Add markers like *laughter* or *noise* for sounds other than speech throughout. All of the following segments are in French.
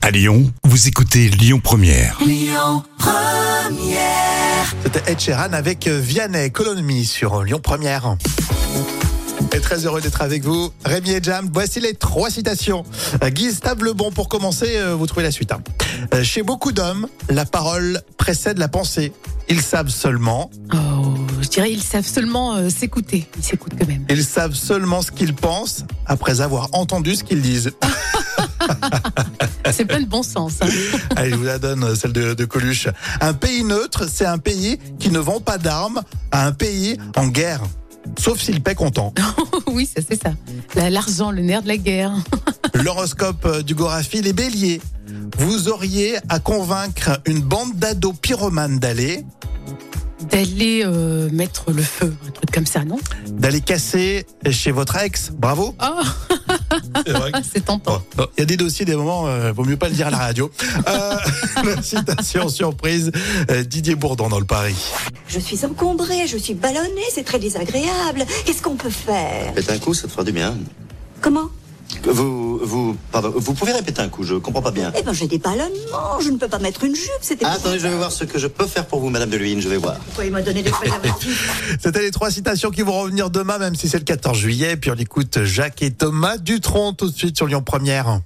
À Lyon, vous écoutez Lyon Première. C'était Ed Sheeran avec euh, Vianney, Colonie sur euh, Lyon Première. Et très heureux d'être avec vous, Rémi et Jam. Voici les trois citations. Euh, Guise Tablebon, pour commencer, euh, vous trouvez la suite. hein. Euh, Chez beaucoup d'hommes, la parole précède la pensée. Ils savent seulement, Oh, je dirais ils savent seulement euh, s'écouter. Ils s'écoutent *laughs* quand même. ils savent seulement ce qu'ils pensent après avoir entendu ce qu'ils disent. *laughs* C'est plein de bon sens. hein. *laughs* Allez, je vous la donne, euh, celle de, de Coluche. Un pays neutre, c'est un pays qui ne vend pas d'armes à un pays en guerre. Sauf s'il paie content. oui, ça c'est ça. La- L'argent, le nerf de la guerre. L'horoscope euh, du Gorafi, les béliers. Vous auriez à convaincre une bande d'ados pyromanes d'aller, D'aller euh, mettre le feu, un truc comme ça, non d'aller casser chez votre ex. Bravo. Oh, *laughs* C'est vrai. c'est tentant. Bon, bon, Il y a des dossiers, des moments, euh, vaut mieux pas le dire à la radio. Euh, *laughs* la citation surprise, euh, Didier Bourdon dans le Paris. Je suis encombrée, je suis ballonnée, c'est très désagréable. Qu'est-ce qu'on peut faire Répète un coup, ça te fera du bien. Comment Vous, vous, pardon, vous pouvez répéter un coup, je comprends pas bien. Eh ben, j'ai des ballonnements, je ne peux pas mettre une jupe, c'était Ah, attendez, je vais voir ce que je peux faire pour vous, Madame de Luynes, je vais voir. Pourquoi il m'a donné des *laughs* feuilles à C'était les trois citations qui vont revenir demain, même si c'est le 14 juillet. Puis on écoute Jacques et Thomas Dutronc tout de suite sur Lyon Première.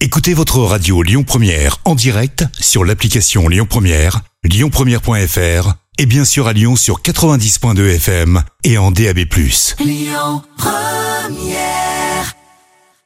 Écoutez votre radio Lyon Première en direct sur l'application Lyon Première, lyonpremière.fr et bien sûr à Lyon sur 90.2 FM et en DAB+. Lyon première